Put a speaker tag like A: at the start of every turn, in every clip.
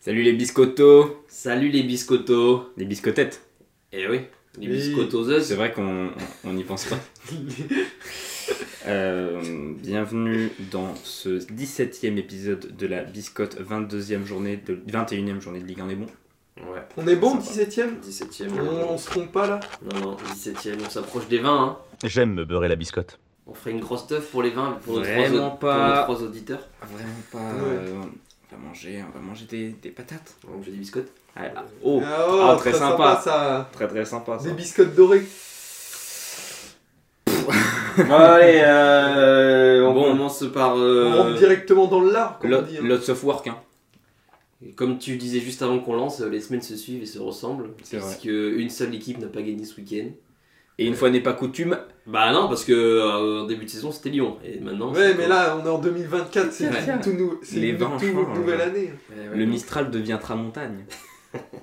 A: Salut les biscottos
B: Salut les biscottos
A: Les biscotettes
B: Eh oui, les
C: Oui.
A: C'est
B: biscotoseuses
A: vrai qu'on on n'y pense pas. Euh, bienvenue dans ce 17ème épisode de la biscotte 22e journée de 21e journée de Ligue 1 est bon.
B: Ouais,
C: On est bon,
A: Sympa.
C: 17ème
B: 17ème.
C: on, on se trompe pas là
B: Non, non, 17ème, on s'approche des 20. Hein.
D: J'aime me beurrer la biscotte.
B: On ferait une grosse teuf pour les 20, pour nos, trois,
A: Vraiment
B: au-
A: pas.
B: pour nos trois auditeurs.
A: Ah, Vraiment pas. on va manger, on va manger des, patates.
B: Donc je dis biscotte.
A: oh,
C: Ah,
A: ah, très
C: ça
A: sympa.
C: ça
A: Très très sympa ça.
C: Des biscottes dorées
A: allez,
B: Euh,
A: euh,
B: on
A: bon,
B: commence par.
C: On rentre
B: euh,
C: directement dans le lard, comme on
A: lo-
C: dit. hein.
A: lots of work. Hein.
B: comme tu disais juste avant qu'on lance, euh, les semaines se suivent et se ressemblent.
A: C'est vrai.
B: Puisque une seule équipe n'a pas gagné ce week-end.
A: Et une fois n'est pas coutume,
B: Bah non, parce que euh, en début de saison c'était Lyon. Et maintenant.
C: Ouais,
B: c'est-
C: mais là, on est en 2024, c'est
B: Ouais.
C: une tout nou- c'est
A: Les
C: une
A: vins euh,
C: tout-
A: changent.
C: nouvelle année.
B: Ouais, ouais.
A: le Mistral devient Tramontagne.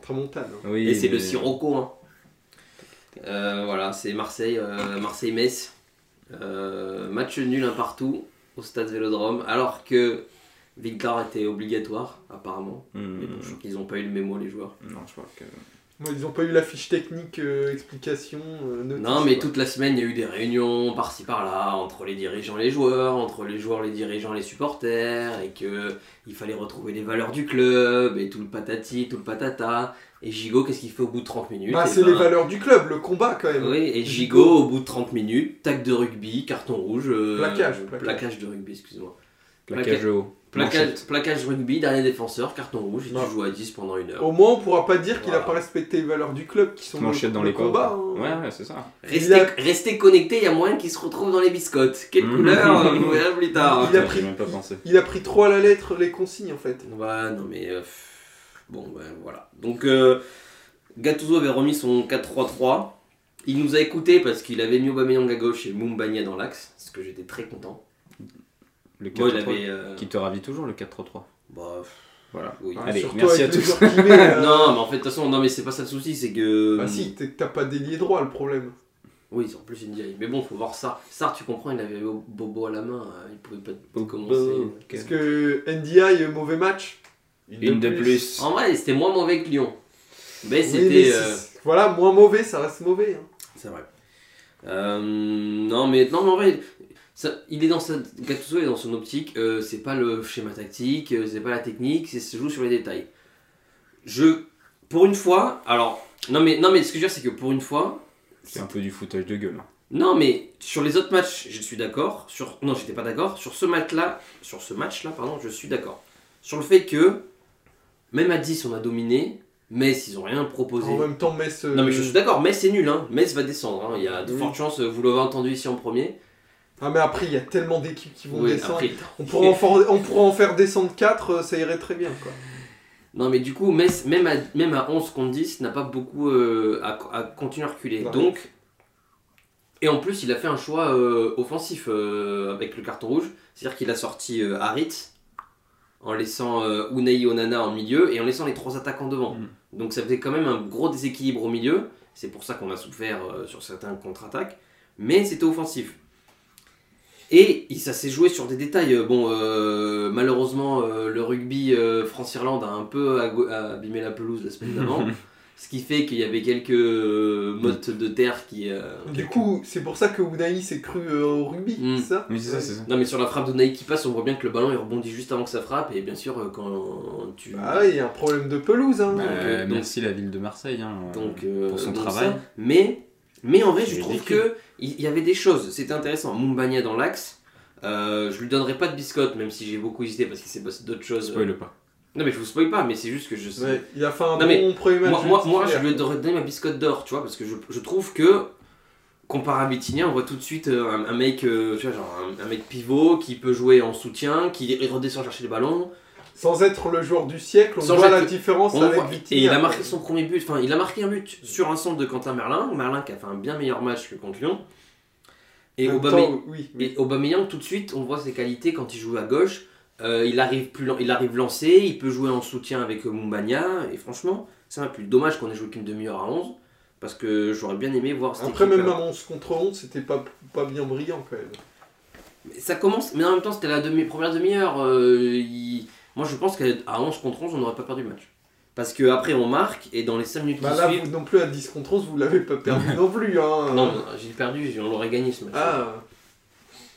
C: Tramontane. hein.
A: Oui,
B: Et c'est le
A: mais-
B: Sirocco. Hein. Euh, voilà, c'est Marseille, euh, Marseille-Metz. Euh, match nul un partout au stade Vélodrome, alors que Victor était obligatoire, apparemment.
A: Hmm,
B: Mais bon, je crois qu'ils n'ont pas eu le mémo, les joueurs.
A: Non, je crois que.
C: Bon, ils ont pas eu la fiche technique, euh, explication, euh, notice,
B: Non, mais
C: quoi.
B: toute la semaine, il y a eu des réunions par-ci par-là, entre les dirigeants et les joueurs, entre les joueurs, les dirigeants, les supporters, et que il fallait retrouver les valeurs du club, et tout le patati, tout le patata. Et Gigot, qu'est-ce qu'il fait au bout de 30 minutes
C: Bah,
B: Eh
C: c'est
B: ben,
C: les valeurs du club, le combat quand même.
B: Oui, et
C: Gigot.
B: Gigot, au bout de 30 minutes, tac de rugby, carton rouge. euh,
C: Plaquage,
B: plaquage.
C: plaquage.
B: de rugby, excuse-moi.
A: Plaquage haut.
B: Plaquage,
A: Manchette.
B: plaquage rugby, dernier défenseur, carton rouge, et
C: Non. Oh,
B: tu joues à 10 pendant une heure.
C: Au moins, on pourra pas dire qu'il a
B: Voilà.
C: pas respecté les valeurs du club qui sont
A: Manchette dans
C: le
A: les corps.
C: combat.
A: Ouais,
C: hein.
A: ouais, c'est ça.
B: Restez,
C: Il a-
B: restez connectés, il y a moyen qu'ils se retrouvent dans les biscottes. Quelle
A: Mmh.
B: couleur euh, On verra plus tard.
C: Il a
A: Putain,
C: pris-
A: j'y ai Ah, même pas pensé.
C: Il a pris trop à la lettre les consignes en fait.
B: Ouais, non mais. euh, pff, bon, ben voilà. Donc, euh, Gattuso avait remis son 4-3-3. Il nous a écoutés parce qu'il avait mis Aubameyang à gauche et Mumbania dans l'axe, ce que j'étais très content.
A: Le
B: Moi, il
A: 4-3-3.
B: avait. euh,
A: Qui te ravit toujours le 4-3-3.
B: bah, pff,
A: Voilà.
B: oui.
C: Hein,
A: Allez,
C: surtout
A: merci
C: avec
A: à
C: les
A: tous.
C: joueurs qu'il met, euh,
B: Non, mais en fait, de toute façon, non, mais c'est pas ça le souci, c'est que.
C: Bah si, t'es- t'as pas délié droit le problème.
B: Oui, c'est en plus une diaille. Mais bon, faut voir ça. Sarr, tu comprends, il avait Bo- Bobo à la main, hein, il pouvait pas
A: Bobo.
B: commencer.
C: Parce que NDI, euh, mauvais match.
A: Une de plus. Ah,
B: En vrai, c'était moins mauvais que Lyon. Mais
C: Bah, Oui,
B: c'était.
C: mais
B: euh,
C: c'est- Voilà, moins mauvais, ça reste mauvais. hein.
B: C'est vrai. Euh, non, mais, non, mais en vrai, ça- il est dans sa, Gattuso est dans son optique. euh, c'est pas le schéma tactique, euh, c'est pas la technique, c'est se joue sur les détails. Je, pour une fois, alors, non mais, non mais, ce que je veux dire, c'est que pour une fois,
A: C'est un peu du foutage de gueule. hein.
B: non mais sur les autres matchs, je suis d'accord. Sur, non, j'étais pas d'accord. Sur ce match-là, sur ce match-là, pardon, je suis d'accord. Sur le fait que, même à 10, on a dominé, mais ils ont rien proposé.
C: En même temps, Metz. euh,
B: Non mais je suis d'accord, Metz c'est nul, hein. Metz va descendre, hein. il y a de
C: Oui.
B: fortes chances, euh, vous l'avez entendu ici en premier.
C: Ah, mais après, il y a tellement d'équipes qui vont
B: Oui,
C: descendre.
B: après-
C: On, pourrait en faire, on pourrait en faire descendre 4, ça irait très bien. Quoi.
B: Non mais du coup, Metz, même à, même à 11 contre 10, n'a pas beaucoup euh, à, à continuer à reculer.
C: Non.
B: Donc, et en plus il a fait un choix euh, offensif euh, avec le carton rouge, c'est-à-dire qu'il a sorti euh, Harit en laissant euh, Unai Onana en milieu et en laissant les trois attaquants devant.
A: Mm.
B: Donc ça faisait quand même un gros déséquilibre au milieu, c'est pour ça qu'on a souffert euh, sur certains contre-attaques, mais c'était offensif. Et il- ça s'est joué sur des détails. Euh, Bon, euh, malheureusement, euh, le rugby euh, France-Irlande a un peu ago- a abîmé la pelouse la semaine d'avant. ce qui fait qu'il y avait quelques euh, mottes de terre qui. euh,
C: Du coup, c'est pour ça que Unai s'est cru euh, au rugby,
B: Mm.
C: c'est ça
A: Oui, c'est ça, c'est ça.
B: Non, mais sur la frappe de Nike qui passe, on voit bien que le ballon il rebondit juste avant que ça frappe. Et bien sûr, euh, quand tu.
C: Bah, il y a un problème de pelouse. Hein.
B: Bah,
A: Euh,
B: donc-
A: merci la ville de Marseille hein,
B: donc,
A: euh,
B: euh,
A: pour son
B: donc
A: travail.
B: ça. Mais, mais en vrai,
A: C'est
B: je trouve
A: ridicule.
B: que il il y, avait des choses. C'était intéressant. Mumbania dans l'axe. Euh, je lui donnerai pas de biscotte, même si j'ai beaucoup hésité parce qu'il s'est passé d'autres choses.
A: Spoil pas.
B: Non, mais je vous spoil pas, mais c'est juste que je sais.
C: Ouais, il a fait un
B: Non, mais
C: bon premier match.
B: Moi, moi, moi, je
C: titulaire.
B: lui aurais donné ma biscotte d'or, tu vois, parce que je, je trouve que, comparé à Vitinha, on voit tout de suite euh, un, un mec, euh, tu vois, genre un, un mec pivot qui peut jouer en soutien, qui redescend chercher les ballons.
C: Sans être le joueur du siècle, on
B: Sans
C: voit
B: être-
C: la différence
B: On
C: avec hein.
B: voit- et
C: Vitinha.
B: il a marqué son premier but, enfin, il a marqué un but sur un centre de Quentin Merlin, Merlin qui a fait un bien meilleur match que contre Lyon. Et
C: En même
B: Aubameyang,
C: temps, oui, oui.
B: et Aubameyang, tout de suite, on voit ses qualités quand il joue à gauche. Euh, il arrive plus, lan- il arrive lancé, il peut jouer en soutien avec euh, Mumbagna. Et franchement, ça m'a plu. Dommage qu'on ait joué qu'une demi-heure à 11. Parce que j'aurais bien aimé voir cette
C: Après,
B: équipe,
C: même
B: euh,
C: à 11 contre 11, c'était pas, pas bien brillant quand même.
B: mais Ça commence, mais en même temps, c'était la demi, première demi-heure. euh, il- Moi, je pense qu'à à 11 contre 11, on n'aurait pas perdu le match. Parce que après on marque, et dans les 5 minutes qui
C: Bah là,
B: suivent.
C: vous non plus à 10 contre 11, vous l'avez pas perdu non plus. Hein.
B: Non, non, j'ai perdu, j'ai- on l'aurait gagné ce match.
C: Ah,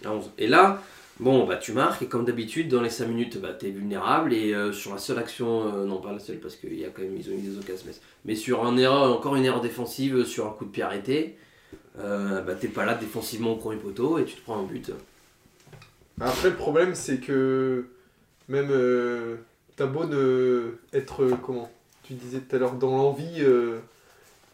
B: À 11. Et là, bon, bah tu marques, et comme d'habitude, dans les 5 minutes, bah, t'es vulnérable, et euh, sur la seule action, euh, non pas la seule, parce qu'il y a quand même, ils ont eu des occasions, mais, mais sur un erreur, encore une erreur défensive, euh, sur un coup de pied arrêté, euh, bah t'es pas là défensivement au premier poteau, et tu te prends un but.
C: après le problème c'est que même euh, t'as beau ne être euh, comment Tu disais tout à l'heure dans l'envie, euh,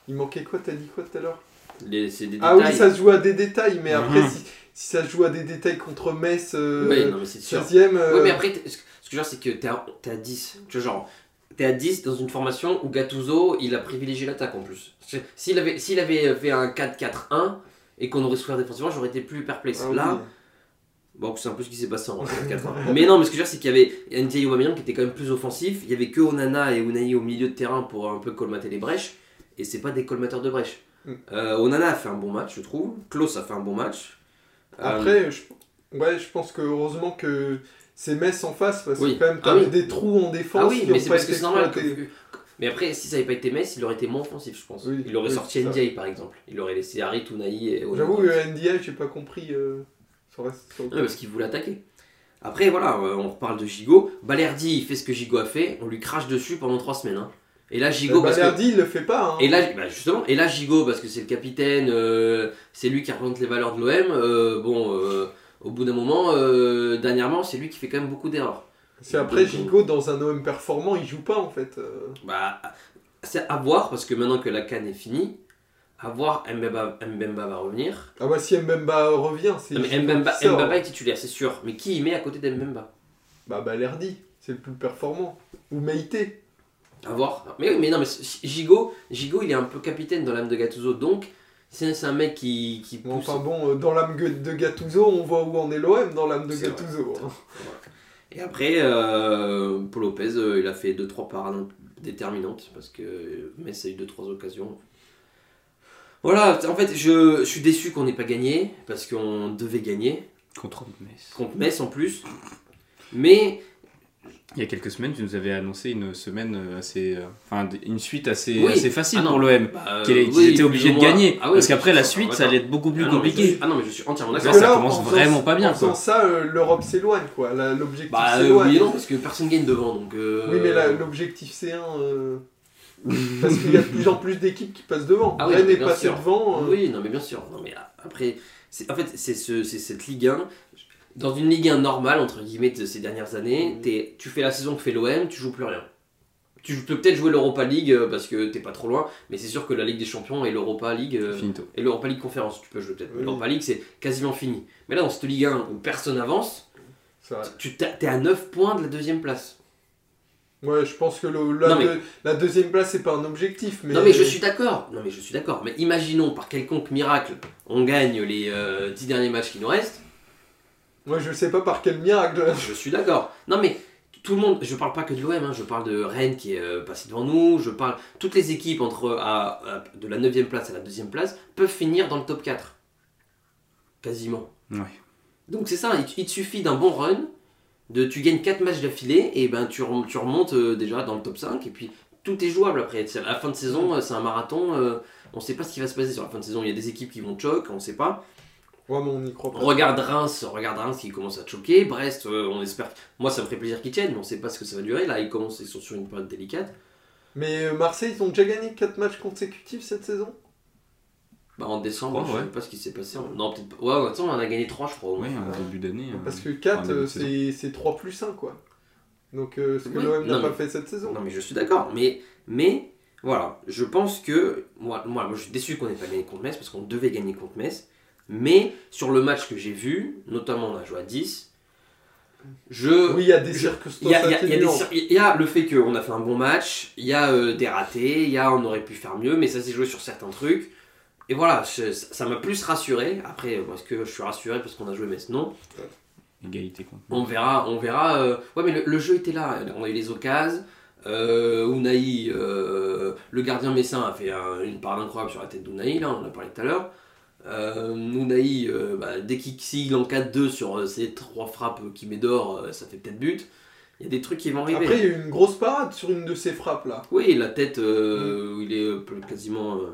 C: il manquait quoi T'as dit quoi tout à l'heure
B: Les- C'est des
C: Ah
B: détails.
C: oui, ça se joue à des détails, mais après
A: Mhm.
C: si, si ça se joue à des détails contre Metz, euh,
B: Ouais, non, mais c'est sûr.
C: 16e, euh,
B: Ouais, mais après, t'es- ce que ce que je veux dire, c'est que t'es à, t'es à 10. Tu vois, genre, t'es à 10 dans une formation où Gattuso, il a privilégié l'attaque en plus. C'est- S'il avait, s'il avait fait un 4-4-1 et qu'on aurait souffert défensivement, j'aurais été plus perplexe.
C: ah oui.
B: Là, bon, c'est un peu ce qui s'est passé en 4-4-1. mais non, mais ce que je veux dire, c'est qu'il y avait Ndiaye Aubameyang qui était quand même plus offensif. Il y avait que Onana et Unai au milieu de terrain pour un peu colmater les brèches. Et c'est pas des colmateurs de brèches.
C: Mm.
B: Euh, Onana a fait un bon match, je trouve. Klaus a fait un bon match. Euh,
C: Après, je... ouais, je pense que heureusement que c'est Metz en face parce
B: Oui.
C: que quand même
B: Ah
C: t'as
B: oui.
C: des trous en défense.
B: Ah oui,
C: qui
B: mais
C: ont
B: c'est
C: pas
B: parce que
C: été
B: c'est normal.
C: exploités.
B: que- Mais après, si ça n'avait pas été Metz, il aurait été moins offensif, je pense.
C: Oui,
B: il aurait
C: oui,
B: sorti
C: c'est ça.
B: Ndiaye, par exemple. Il aurait laissé Harry, Tounaï et
C: J'avoue que NDI, j'ai pas compris. euh, ça reste sur le-
B: Ouais, parce qu'il voulait attaquer. Après, voilà, euh, on reparle de Gigot. Balerdi, il fait ce que Gigot a fait. On lui crache dessus pendant trois semaines. hein. Et là, Gigot,
C: Bah,
B: parce que...
C: Balerdi, il le fait pas. Hein.
B: Et là, bah, justement, et là, Gigot, parce que c'est le capitaine, euh, c'est lui qui représente les valeurs de l'OM. euh, bon, euh, au bout d'un moment, euh, dernièrement, c'est lui qui fait quand même beaucoup d'erreurs.
C: C'est après
B: Donc,
C: Gigot dans un OM performant, il joue pas en fait. euh.
B: Bah, c'est à voir parce que maintenant que la canne est finie, à voir Mbemba, Mbemba va revenir.
C: Ah bah si Mbemba revient, c'est.
B: Non, mais
C: Gigot
B: Mbemba,
C: qui sort.
B: Mbemba est titulaire, c'est sûr. Mais qui y met à côté d'Mbemba
C: Bah Balerdi, c'est le plus performant. Ou Meïté.
B: À voir. Mais oui, mais non, mais c- Gigot, Gigot, il est un peu capitaine dans l'âme de Gattuso, donc c'est c'est un mec qui, qui
C: Bon,
B: pousse.
C: enfin bon, euh, dans l'âme gue- de Gattuso, on voit où en est l'OM dans l'âme de
B: C'est
C: Gattuso.
B: vrai.
C: hein.
B: Et après, euh, Paul Lopez, euh, il a fait 2-3 parades déterminantes parce que euh, Metz a eu 2-3 occasions. Voilà, en fait, je, je suis déçu qu'on n'ait pas gagné parce qu'on devait gagner.
A: Contre Metz.
B: contre Metz en plus. Mais
A: Il y a quelques semaines, tu nous avais annoncé une semaine euh, assez. euh, Enfin, d- une suite assez,
B: Oui.
A: assez facile
B: Ah non.
A: pour l'OM.
B: bah,
A: Qu'ils
B: euh,
A: qu'ils
B: oui,
A: étaient obligés
B: plus
A: de
B: ou moins.
A: gagner.
B: Ah oui,
A: parce qu'après, la
B: ça,
A: suite,
B: ouais,
A: ça
B: non.
A: allait être beaucoup plus
B: Ah non, mais je
A: compliqué.
B: suis- Ah non, mais je suis entièrement
A: Parce
B: d'accord.
A: que
B: Ça-
A: là-
C: en
A: commence
C: faisant
A: vraiment
C: ça-
A: pas bien,
C: En faisant ça, euh, l'Europe s'éloigne quoi. La- L'objectif
B: Bah euh,
C: s'éloigne.
B: oui et non, parce que personne gagne devant donc. euh,
C: Oui, mais la- l'objectif c'est un. euh, Parce qu'il y a de plus en plus d'équipes qui passent devant.
B: Ah oui,
C: Rennes est
B: bien
C: passé
B: sûr.
C: devant. euh,
B: Oui, non, mais bien sûr. Non, mais a- après, c'est- en fait, c'est ce, c'est cette Ligue 1. Dans une Ligue 1 normale, entre guillemets, de ces dernières années, t'es- tu fais la saison que fait l'OM, tu joues plus rien. Tu peux peut-être jouer l'Europa League euh, parce que t'es pas trop loin, mais c'est sûr que la Ligue des Champions et l'Europa League. euh,
A: Finito.
B: Et l'Europa League conférence, tu peux jouer peut-être. mais
C: Oui.
B: L'Europa League, c'est quasiment fini. Mais là, dans cette Ligue 1 où personne n'avance,
C: c'est vrai.
B: tu t'as- t'es à 9 points de la deuxième place.
C: Ouais, je pense que le- la,
B: Non, mais-
C: deux- la deuxième place, c'est pas un objectif. Mais... euh,
B: Non, mais je suis d'accord. Non, mais je suis d'accord. Mais imaginons, par quelconque miracle, on gagne les euh, 10 derniers matchs qui nous restent.
C: Moi, je sais pas par quel miracle.
B: Je suis d'accord. Non, mais tout le monde, je parle pas que de l'OM, hein, je parle de Rennes qui est euh, passé devant nous, je parle. Toutes les équipes entre à- à- de la 9 place à la 2 place peuvent finir dans le top 4. Quasiment.
A: Ouais.
B: Donc c'est ça, il, il te suffit d'un bon run, de tu gagnes 4 matchs d'affilée, et ben tu, rem- tu remontes euh, déjà dans le top 5, et puis tout est jouable après. C'est- À la fin de saison, euh, c'est un marathon, euh, on sait pas ce qui va se passer sur la fin de saison, il y a des équipes qui vont choc, on sait pas.
C: Ouais, mais on y croit pas.
B: Regarde Reims, regarde Reims qui commence à choquer, Brest, euh, on espère... Moi ça me ferait plaisir qu'ils tiennent, mais on sait pas ce que ça va durer, là ils, commencent, ils sont sur une période délicate.
C: Mais euh, Marseille, ils ont déjà gagné 4 matchs consécutifs cette saison
B: Bah en décembre,
A: Oh,
B: je
A: ouais.
B: sais pas ce qui s'est passé. Non, peut-être pas. Ouais, attends, on en a gagné 3 je crois. au moins.
A: Ouais, en
C: Ouais.
A: début d'année.
B: Mmh.
A: euh,
C: Parce que
A: en
C: 4,
A: début de saison.
C: c'est c'est 3 plus 1, quoi. Donc, euh, ce que
B: Oui,
C: l'OM n'a
B: non,
C: pas
B: mais-
C: fait cette saison.
B: Non mais je suis d'accord, mais, mais voilà, je pense que moi, moi, moi, je suis déçu qu'on n'ait pas gagné contre Metz parce qu'on devait gagner contre Metz, mais sur le match que j'ai vu, notamment on a joué à 10, je...
C: Oui, il y a des
B: je-
C: circonstances.
B: Il y, a, il y a- il y a des
C: atténuantes.
B: cir- il y a le fait qu'on a fait un bon match, il y a euh, des ratés, il y a on aurait pu faire mieux, mais ça s'est joué sur certains trucs. Et voilà, je- ça m'a plus rassuré. Après, euh, est-ce que je suis rassuré parce qu'on a joué Metz Non.
A: euh, Égalité contre
B: On verra, on verra. euh, Ouais, mais le, le jeu était là. On a eu les occasions. Euh, Unai, euh, le gardien messin a fait un- une part incroyable sur la tête d'Unai. Là, on en a parlé tout à l'heure. Euh, Unai, euh, bah, dès qu'il s'il en 4-2 sur euh, ses trois frappes qu'il met dehors, euh, ça fait peut-être but. Il y a des trucs qui vont arriver.
C: Après, il y a eu une grosse parade sur une de ses frappes là.
B: Oui, la tête euh, où il est euh, pl- quasiment. euh,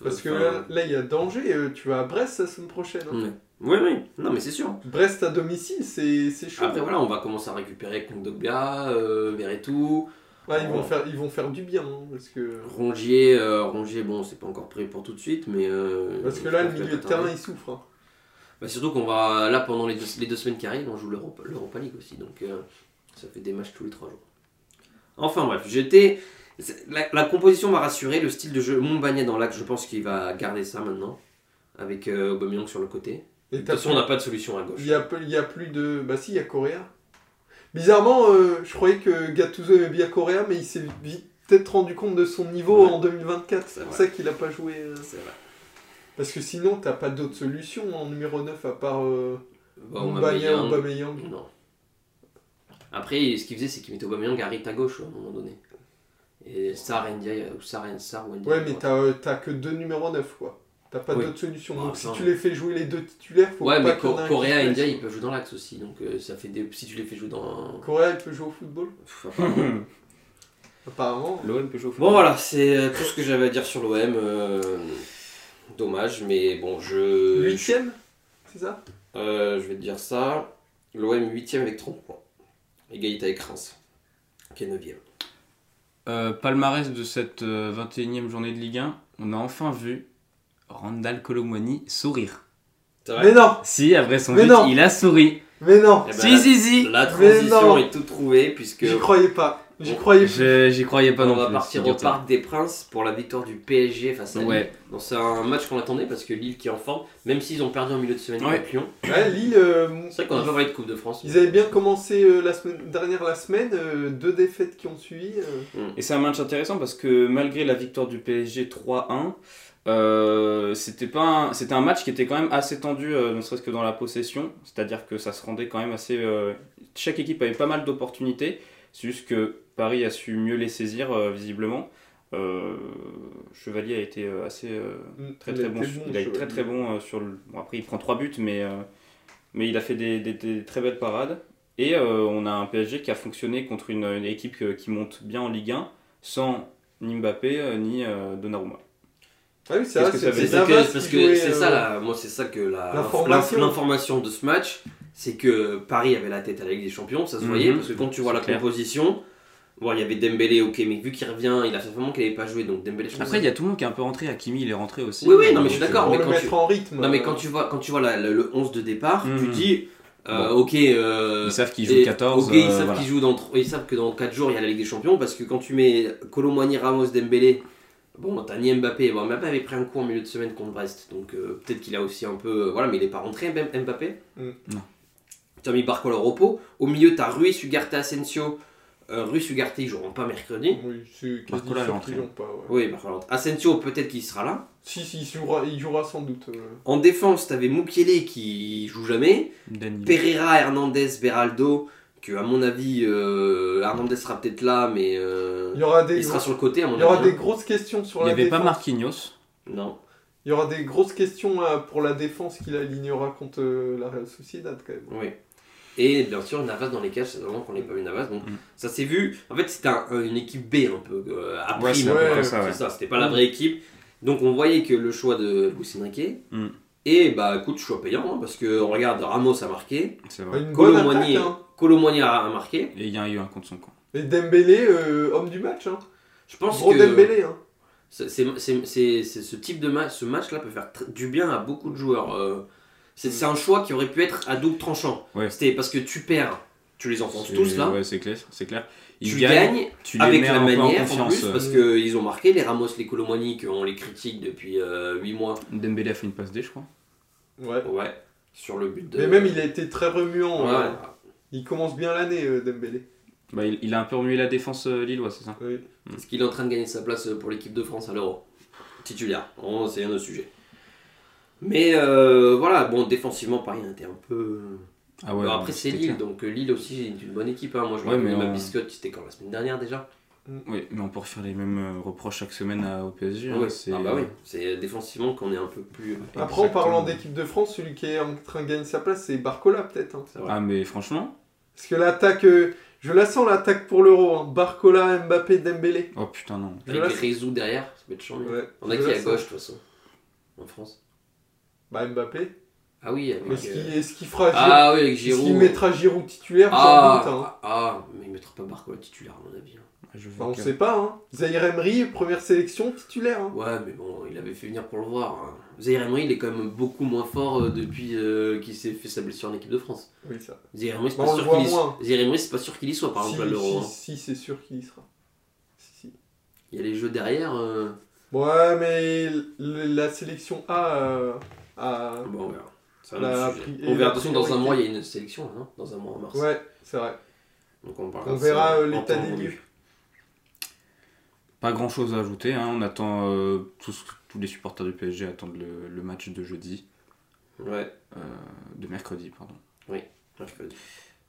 C: Mm. Parce
B: fin-
C: que là, là, il y a danger. euh, Tu vas à Brest la semaine prochaine. hein.
B: Ouais. Oui, oui, non, mais c'est sûr.
C: Brest à domicile, c'est c'est chaud.
B: Mm. Après, voilà, on va commencer à récupérer Kondogbia, euh, Veretout,
C: Ouais, ils, vont
B: Ouais.
C: faire, ils vont faire du bien. hein, parce que,
B: Rongier. euh, Rongier, bon, c'est pas encore prêt pour tout de suite, mais. euh,
C: parce que
B: je
C: là, le
B: pense qu'il
C: milieu de
B: va pas
C: terrain,
B: tarder.
C: il souffre. hein.
B: Bah, surtout qu'on va. Là, pendant les deux, les deux semaines qui arrivent, on joue l'Europa l'Europa League aussi, donc euh, ça fait des matchs tous les trois jours. Enfin, bref, j'étais. c'est- La, la composition m'a rassuré, le style de jeu. Montbagnet dans l'axe, je pense qu'il va garder ça maintenant, avec euh, Aubameyang sur le côté.
C: Et
B: De
C: t'as-
B: toute façon, on n'a pas de solution à gauche.
C: Il y, a, peu- il y a plus de. Bah si, il y a Correa. Bizarrement, euh, je croyais que Gattuso aimait bien Correa, mais il s'est vite peut-être rendu compte de son niveau
B: Ouais.
C: en 2024.
B: C'est
C: C'est pour
B: vrai.
C: ça qu'il a pas joué. euh.
B: C'est vrai.
C: Parce que sinon, t'as pas d'autre solution en numéro 9 à part euh,
B: Bah, on m'a mis
C: Mbagna
B: un-
C: ou Aubameyang.
B: Non. Après, ce qu'il faisait, c'est qu'il mettait Aubameyang à Rita gauche à un moment donné. Et Sar, Ndiaye, euh, ou Sar, Sar ou Ndiaye,
C: Ouais, mais
B: quoi.
C: t'as euh, t'as que deux numéros 9, quoi. T'as pas
B: Oui.
C: d'autre solution.
B: Ah,
C: Donc si
B: ça,
C: tu
B: ouais.
C: les fais jouer les deux titulaires, faut
B: Ouais,
C: pas
B: mais
C: qu'il y en ait
B: Cor-
C: un qui
B: Correa
C: se
B: et
C: blesse.
B: Ndiaye, ils peuvent jouer dans l'axe aussi. Donc euh, ça fait des... Si tu les fais jouer dans...
C: Correa, il peut jouer au football
B: Pff, apparemment.
C: Apparemment.
A: L'OM peut jouer au foot.
B: bon, voilà, c'est euh, tout ce que j'avais à dire sur l'OM. euh, Dommage, mais bon, je...
C: Huitième C'est ça
B: Euh, je vais te dire ça. L'OM 8 avec 30 points. Égalité avec Reims, qui est 9
A: Euh, palmarès de cette euh, 21e journée de Ligue 1, on a enfin vu Randall Colomwani sourire.
B: C'est vrai
C: Mais non
A: Si, après son
C: Mais
A: but,
C: non.
A: il a souri.
C: Mais non
B: Eh ben,
A: si, si, si.
B: La
C: Mais non.
B: transition est toute trouvée, puisque...
C: J'y croyais pas. J'y
B: Bon,
C: croyais pas.
A: Je- J'y croyais pas
B: on
A: non
B: va
A: plus,
B: partir au
A: figure-toi.
B: Parc des Princes pour la victoire du PSG face à Lille.
A: Ouais,
B: Donc c'est un match qu'on attendait parce que Lille qui est en forme, même s'ils ont perdu en milieu de semaine
A: Ouais.
B: avec Lyon.
C: Ouais, Lille. euh,
B: C'est vrai qu'on a pas parlé de Coupe de France.
C: Ils avaient bien commencé euh, la semaine dernière la semaine, euh, deux défaites qui ont suivi. euh.
A: Et c'est un match intéressant parce que malgré la victoire du PSG 3-1, euh, c'était pas un- c'était un match qui était quand même assez tendu, euh, ne serait-ce que dans la possession. C'est-à-dire que ça se rendait quand même assez. euh, chaque équipe avait pas mal d'opportunités. C'est juste que Paris a su mieux les saisir, euh, visiblement. Euh, Chevalier a été euh, assez. euh, très
C: Il
A: très
C: a
A: bon.
C: été
A: il a été
C: Chevalier.
A: très très bon euh, sur le. bon, après il prend trois buts, mais euh, mais il a fait des, des- des très belles parades. Et euh, on a un PSG qui a fonctionné contre une, une équipe que- qui monte bien en Ligue 1 sans ni Mbappé euh, ni euh, Donnarumma.
C: Ah oui,
A: Qu'est-ce
C: c'est vrai,
A: que
C: c'est
A: ça
B: C'est
A: veut
C: c'est
A: dire
B: que-
C: Navas
B: parce
C: qui
B: que
C: jouait,
B: c'est
C: euh,
B: ça, la- moi c'est ça que la-
C: L'information.
B: l'inf- l'information de ce match, c'est que Paris avait la tête à la Ligue des Champions, ça se
A: Mhm.
B: voyait, parce que quand tu vois
A: C'est
B: la
A: clair.
B: composition, bon il y avait Dembélé, ok, mais vu qu'il revient, il a fait vraiment qu'il n'avait pas joué, donc Dembélé, je pense
A: Après il y a tout le monde qui est un peu rentré. Hakimi il est rentré aussi.
B: Oui, oui, non, mais je suis
A: Donc,
B: d'accord,
A: euh,
C: Pour
B: mais
C: le
B: quand
C: mettre
B: tu-
C: en rythme.
B: Non mais
C: euh,
B: quand tu vois quand tu vois la- le, le 11 de départ, tu
A: Mhm.
B: dis euh,
A: Bon.
B: OK euh,
A: Ils savent qu'ils
B: et-
A: jouent 14.
B: OK, ils
A: euh,
B: savent
A: voilà.
B: qu'ils jouent dans tro- ils savent que dans 4 jours il y a la Ligue des Champions parce que quand tu mets Colomani, Ramos, Dembélé, bon t'as ni Mbappé, bon Mbappé avait pris un coup en milieu de semaine contre Brest. Donc euh, peut-être qu'il a aussi un peu euh, voilà, mais il est pas rentré M- Mbappé.
C: Mhm.
A: Non.
B: Tu as mis Barcola au repos, au milieu t'as Ruiz, Ugarte, Asensio. Euh, Ruiz, Ugarte, ils joueront pas mercredi.
C: Oui, c'est quasi
A: Barcola est
C: sûr
A: rentré.
C: qu'ils l'ont pas. ouais.
B: Oui, Barcola. Asensio peut-être qu'il sera là.
C: Si, si, il jouera, il jouera sans doute. euh.
B: En défense, t'avais Moukielé qui joue jamais.
A: Dani.
B: Pereira, Hernandez, Beraldo, que à mon avis, euh, Hernandez sera peut-être là, mais euh,
C: Il y aura des,
B: il sera sur le côté à mon
C: il y aura
B: avis. hein.
C: des grosses questions sur
A: Il n'y
C: la
A: avait
C: défense.
A: pas Marquinhos.
B: Non.
C: Il y aura des grosses questions euh, pour la défense qu'il alignera contre euh, la Real Sociedad quand même.
B: Oui. Et bien sûr, Navas dans les cages, c'est vraiment qu'on n'ait pas vu Navas. Donc
A: Mm.
B: ça s'est vu. En fait, c'était un- un- une équipe B un peu. euh, à
A: Ouais,
B: prime,
A: c'est
B: un peu,
C: ouais,
B: quoi.
C: ouais,
B: C'est
A: ça, ouais.
B: ça, c'était pas la vraie équipe. Donc on voyait que le choix de Luis Enrique.
A: Mm.
B: Et bah écoute, choix payant, hein, parce que on regarde, Ramos a marqué,
A: C'est
C: Ah,
A: vrai.
C: Une bonne attaque.
B: Colomani
C: hein.
B: a marqué.
A: Et il y a eu un contre son camp.
C: Et Dembélé, euh, homme du match. Hein.
B: Je pense
C: Gros
B: que.
C: Dembélé. Hein.
B: C'est- c'est- c'est- c'est- c'est- ce type de match, ce match-là peut faire tr- du bien à beaucoup de joueurs. euh. c'est c'est un choix qui aurait pu être à double tranchant.
A: Ouais.
B: C'était parce que tu perds, tu les enfonces
A: C'est-
B: tous là,
A: Ouais, c'est clair. C'est clair.
B: tu
A: Ils gagnent,
B: gagnes
A: tu les
B: avec
A: mets
B: la
A: un peu en
B: manière en
A: confiance. euh.
B: plus parce qu'ils ont marqué les Ramos, les Colomani, qu'on les critique depuis 8 mois.
A: Dembélé a fait une passe D, je crois.
C: Ouais.
B: Ouais, sur le but de.
C: Mais même, il a été très remuant.
B: Ouais.
C: hein. Il commence bien l'année, euh, Dembélé.
A: Bah, il, il a un peu remué la défense euh, lilloise, c'est ça
C: Oui.
B: Est-ce qu'il est en train de gagner sa place euh, pour l'équipe de France à l'Euro Titulaire, On- c'est un autre sujet. Mais euh, voilà, bon, défensivement, Paris était un peu.
A: Ah
B: Bon, après, c'est
A: c'était
B: Lille,
A: clair.
B: donc euh, Lille aussi est une bonne équipe. hein. Moi, je
A: Ouais,
B: me rappelle
A: mais
B: ma
A: on-
B: biscotte, c'était quand la semaine dernière déjà
A: Oui, mais on peut refaire les mêmes euh, reproches chaque semaine à, au PSG. hein,
B: Ouais.
A: c'est- euh,
B: Ah, bah oui, c'est défensivement qu'on est un peu plus. euh,
C: Après, en
A: Exactement.
C: parlant d'équipe de France, celui qui est en train de gagner sa place, c'est Barcola, peut-être. hein.
B: C'est vrai.
A: Ah, mais franchement,
C: Parce que l'attaque, euh, je la sens l'attaque pour l'euro. hein. Barcola, Mbappé, Dembélé.
A: Oh putain, non.
C: Je la
B: Avec
C: sens.
B: Grisou derrière, ça peut être chambé.
C: Ouais,
B: On a
C: je
B: qui
C: la
B: à
C: sens.
B: gauche de toute façon En France
C: Bah Mbappé.
B: Ah oui, avec.
C: Est-ce
B: euh,
C: qu'il est-ce qu'il fera Giroud
B: Ah oui, avec
C: Est-ce
B: Giroud.
C: qu'il mettra Giroud titulaire J'en
B: Ah,
C: doute. hein.
B: ah, ah, mais il mettra pas Barcola titulaire, à mon avis. hein.
A: Je
C: Bah,
A: vois
C: on
A: que-
C: sait pas. Hein. Zaire Emery, première sélection titulaire. hein.
B: Ouais, mais bon, il avait fait venir pour le voir. Hein. Zaire Emery, il est quand même beaucoup moins fort euh, depuis euh, qu'il s'est fait sa blessure en équipe de France.
C: Oui, ça.
B: Zaire Emery, c'est
C: Bah,
B: pas,
C: on le
B: sûr
C: voit
B: qu'il y-
C: moins.
B: Zaire Emery, c'est pas sûr qu'il y soit, par
C: si,
B: exemple, à l'Euro. hein.
C: si, si, c'est sûr qu'il y sera. Si, si.
B: Il y a les jeux derrière. euh,
C: Ouais, mais l- la sélection A euh, a.
B: Bon, on verra. C'est un
C: la
B: autre sujet.
C: pri-
B: On
C: et
B: verra.
C: la
B: De toute façon, dans un
C: priorité.
B: mois, il y a une sélection, là, non Dans un mois, en mars.
C: Ouais, c'est vrai.
B: Donc on, parlera
C: On
B: de
C: verra
B: ça
C: euh,
B: en
C: l'état
B: temps
C: des
B: voulu.
C: lieux.
A: Pas grand chose à ajouter, hein. on attend euh, tous, tous les supporters du PSG attendent le, le match de jeudi,
B: Ouais,
A: euh, de mercredi, pardon.
B: mercredi.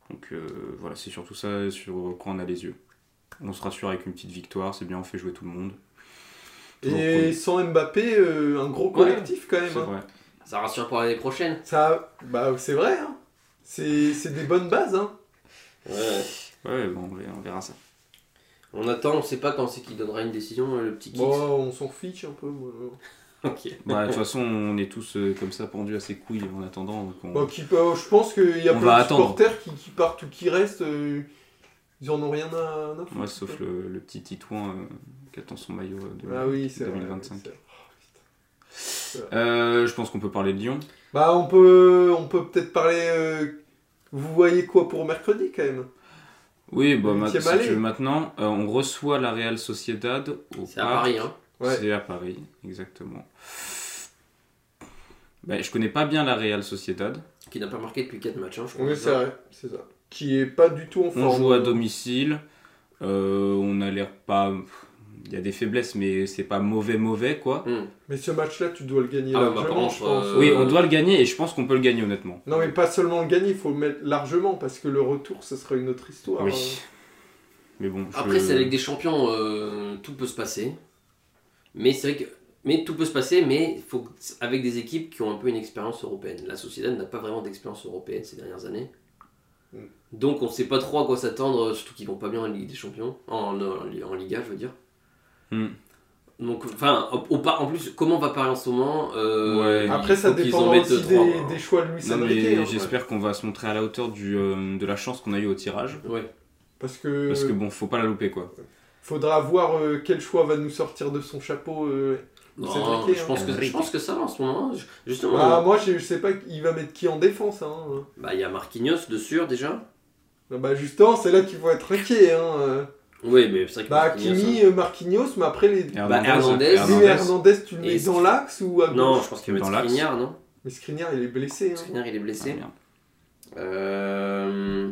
A: Donc euh, voilà, c'est surtout ça sur quoi on a les yeux. On se rassure avec une petite victoire, c'est bien, on fait jouer tout le monde. Toujours
C: Et sans Mbappé, euh, un gros collectif quand
A: C'est
C: même. hein.
A: vrai.
B: Ça rassure pour l'année prochaine.
C: Ça, bah c'est vrai. Hein. C'est c'est des bonnes bases. Hein.
B: Ouais.
A: Ouais, bon, on verra- on verra ça.
B: On attend, on sait pas quand c'est qu'il donnera une décision, euh, le petit kick.
C: Bon, on s'en fiche un peu. euh, moi.
B: Ok.
A: Bah, de toute façon, on est tous euh, comme ça pendus à ses couilles en attendant. donc on-
C: Bah, qui- bah, je pense qu'il y a
A: On
C: plein
A: va
C: de
A: attendre.
C: supporters qui, qui partent ou qui restent. euh, ils en ont rien à, à foutre.
A: Ouais, sauf le, le petit Titouan euh, qui attend son maillot euh, de...
C: Ah oui, c'est vrai,
A: 2025.
C: c'est vrai. Oh, putain.
A: Euh, je pense qu'on peut parler de Lyon.
C: Bah on peut on peut peut-être parler. euh, vous voyez quoi pour mercredi quand même
A: Oui, bah,
C: Le
A: ma- si
C: huitième aller.
A: tu veux maintenant, euh, on reçoit la Real Sociedad au
B: C'est à
C: Ah.
A: parc.
B: Paris, hein.
C: Ouais.
A: C'est à Paris, exactement. Bah, je connais pas bien la Real Sociedad.
B: Qui n'a pas marqué depuis 4 matchs, hein, je crois.
C: Oui, c'est vrai, c'est ça. Qui est pas du tout en forme.
A: On joue à domicile. euh, on a l'air pas. Il y a des faiblesses, mais c'est pas mauvais, mauvais quoi.
B: Hum.
C: Mais ce match-là, tu dois le gagner
B: Ah ouais, bah, par
C: largement,
B: contre,
C: je pense.
B: euh,
A: Oui, on doit le gagner et je pense qu'on peut le gagner honnêtement.
C: Non, mais pas seulement le gagner, il faut le mettre largement parce que le retour, ce sera une autre histoire.
A: Oui. Mais bon. je-
B: Après, c'est avec des champions, euh, tout peut se passer. Mais c'est vrai que. Mais tout peut se passer, mais faut que- avec des équipes qui ont un peu une expérience européenne. La Sociedad n'a pas vraiment d'expérience européenne ces dernières années.
C: Mm.
B: Donc on sait pas trop à quoi s'attendre, euh, surtout qu'ils vont pas bien en Ligue des Champions, en, en, en Liga, je veux dire.
A: Hmm.
B: Donc, enfin, au- au par- en plus, comment on va parler en ce moment euh,
A: Ouais.
C: Après,
B: il
C: ça
B: faut qu'ils en
C: dépend
B: mettent
C: aussi
B: deux,
C: des,
B: trois, hein.
C: des choix de Luis
A: Non,
C: Enrique.
A: mais
C: hein.
A: j'espère qu'on va se montrer à la hauteur du, euh, de la chance qu'on a eue au tirage.
B: Ouais.
C: Parce que,
A: Parce que bon, faut pas la louper quoi.
C: faudra voir euh, quel choix va nous sortir de son chapeau. euh.
B: Non,
C: C'est compliqué,
B: Bah, je,
C: hein.
B: pense que, je
A: Enrique.
B: pense que ça va en ce moment. hein. Je- Justement,
C: Ah,
B: bah,
C: moi, je, je sais pas, il va mettre qui en défense. Hein.
B: il y a Marquinhos de sûr déjà.
C: Ah Bah, justement, c'est là qu'il faut être inquiet. Hein. euh.
B: Oui, mais c'est vrai que
C: Bah,
B: Marquinhos,
C: Kimi,
B: hein.
C: euh, Marquinhos, mais après, les.
B: Hernandez.
C: Lui,
B: Hernandez.
C: Hernandez, tu le mets
B: Et-
C: dans l'axe ou à gauche
B: Non, je pense qu'il va
A: Dans
B: mettre
A: l'axe.
B: Skriniar, non
C: Mais Skriniar, il est blessé. Hein.
B: Skriniar, il est blessé.
A: Ah, merde.
B: Euh,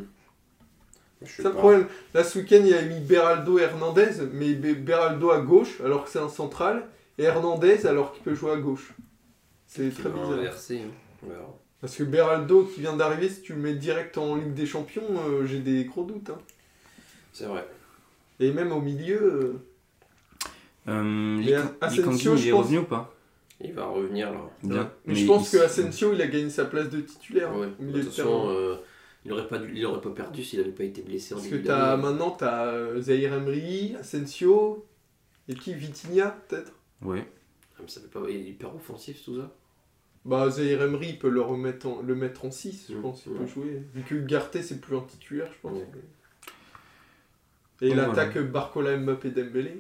B: je sais
C: C'est le
B: pas.
C: problème. Là, ce week-end, il a mis Beraldo et Hernandez, mais Be- Beraldo à gauche, alors que c'est un central, et Hernandez, alors qu'il peut jouer à gauche. C'est
B: Il
C: très
B: va
C: bizarre.
B: inverser, hein. On verra.
C: Parce que Beraldo, qui vient d'arriver, si tu le mets direct en Ligue des Champions, euh, j'ai des gros doutes. hein.
B: C'est vrai.
C: Et même au milieu, euh,
A: Euh,
C: Et
A: Likan-
C: Asensio,
A: Likangu,
C: je
A: il est
C: pense.
A: revenu ou pas
B: Il va revenir là.
A: Bien.
C: mais je pense
A: il-
C: que Asensio, il a gagné sa place de titulaire hein.
B: Ouais.
C: au milieu de
B: Attention,
C: terrain.
B: euh, il aurait pas, dû- il aurait pas perdu s'il avait pas été blessé en
C: Parce que
B: début
C: t'as,
B: d'année.
C: maintenant, tu as Zahir Emery, Asensio, et qui Vitinha, peut-être
A: Ouais.
B: Ah, mais ça fait pas il est hyper offensif tout ça.
C: Bah, Zahir Emery, il peut le, remettre en, le mettre en 6, je
B: Mm.
C: pense, il
B: Ouais.
C: peut jouer. Vu que Garté, c'est plus un titulaire, je pense.
B: Ouais.
C: Et
A: Donc,
C: l'attaque Barcola, Mbappé, Dembélé.